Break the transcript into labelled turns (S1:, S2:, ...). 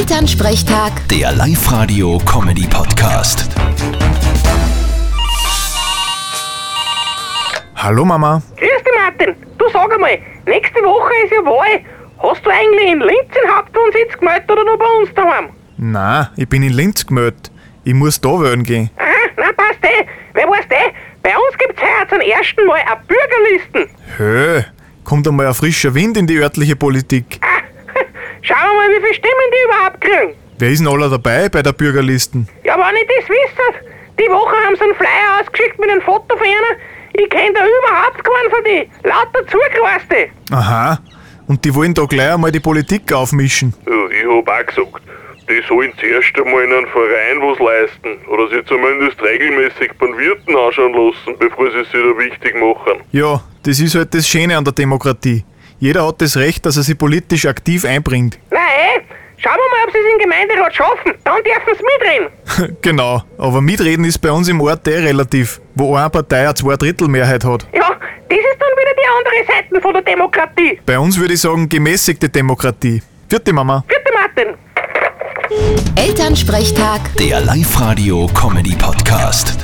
S1: Elternsprechtag,
S2: Der Live-Radio-Comedy-Podcast.
S3: Hallo Mama.
S4: Grüß dich, Martin. Du sag einmal, nächste Woche ist ja Wahl. Hast du eigentlich in Linz den Hauptwohnsitz gemeldet oder nur bei uns daheim?
S3: Na, ich bin in Linz gemeldet. Ich muss da wählen gehen.
S4: Ah, na passt eh. Wer weißt eh, bei uns gibt's heuer zum ersten Mal eine Bürgerlisten.
S3: Hö, kommt einmal ein frischer Wind in die örtliche Politik.
S4: Ah, schauen wir mal, wie viele Stimmen die überhaupt kriegen.
S3: Wer ist denn alle dabei bei der Bürgerlisten?
S4: Ja, wenn ich das wüsste, die Woche haben sie einen Flyer ausgeschickt mit einem Foto von einer. Ich kenn da überhaupt keinen von die. Lauter Zugreiste.
S3: Aha, und die wollen da gleich einmal die Politik aufmischen.
S5: Ja, Äh, ich hab auch gesagt, die sollen zuerst einmal in einen Verein was leisten oder sie zumindest regelmäßig beim Wirten anschauen lassen, bevor sie sich da wichtig machen.
S3: Ja, das ist halt das Schöne an der Demokratie. Jeder hat das Recht, dass er sich politisch aktiv einbringt.
S4: Na eh, schauen wir mal, ob sie's im Gemeinderat schaffen. Dann dürfen sie mitreden.
S3: genau, aber mitreden ist bei uns im Ort eh relativ, wo eine Partei eine Zweidrittelmehrheit hat.
S4: Ja, das ist dann wieder die andere Seite von der Demokratie.
S3: Bei uns würde ich sagen gemäßigte Demokratie. Vierte Mama.
S4: Bitte, Martin.
S1: Elternsprechtag.
S2: Der Live-Radio-Comedy-Podcast.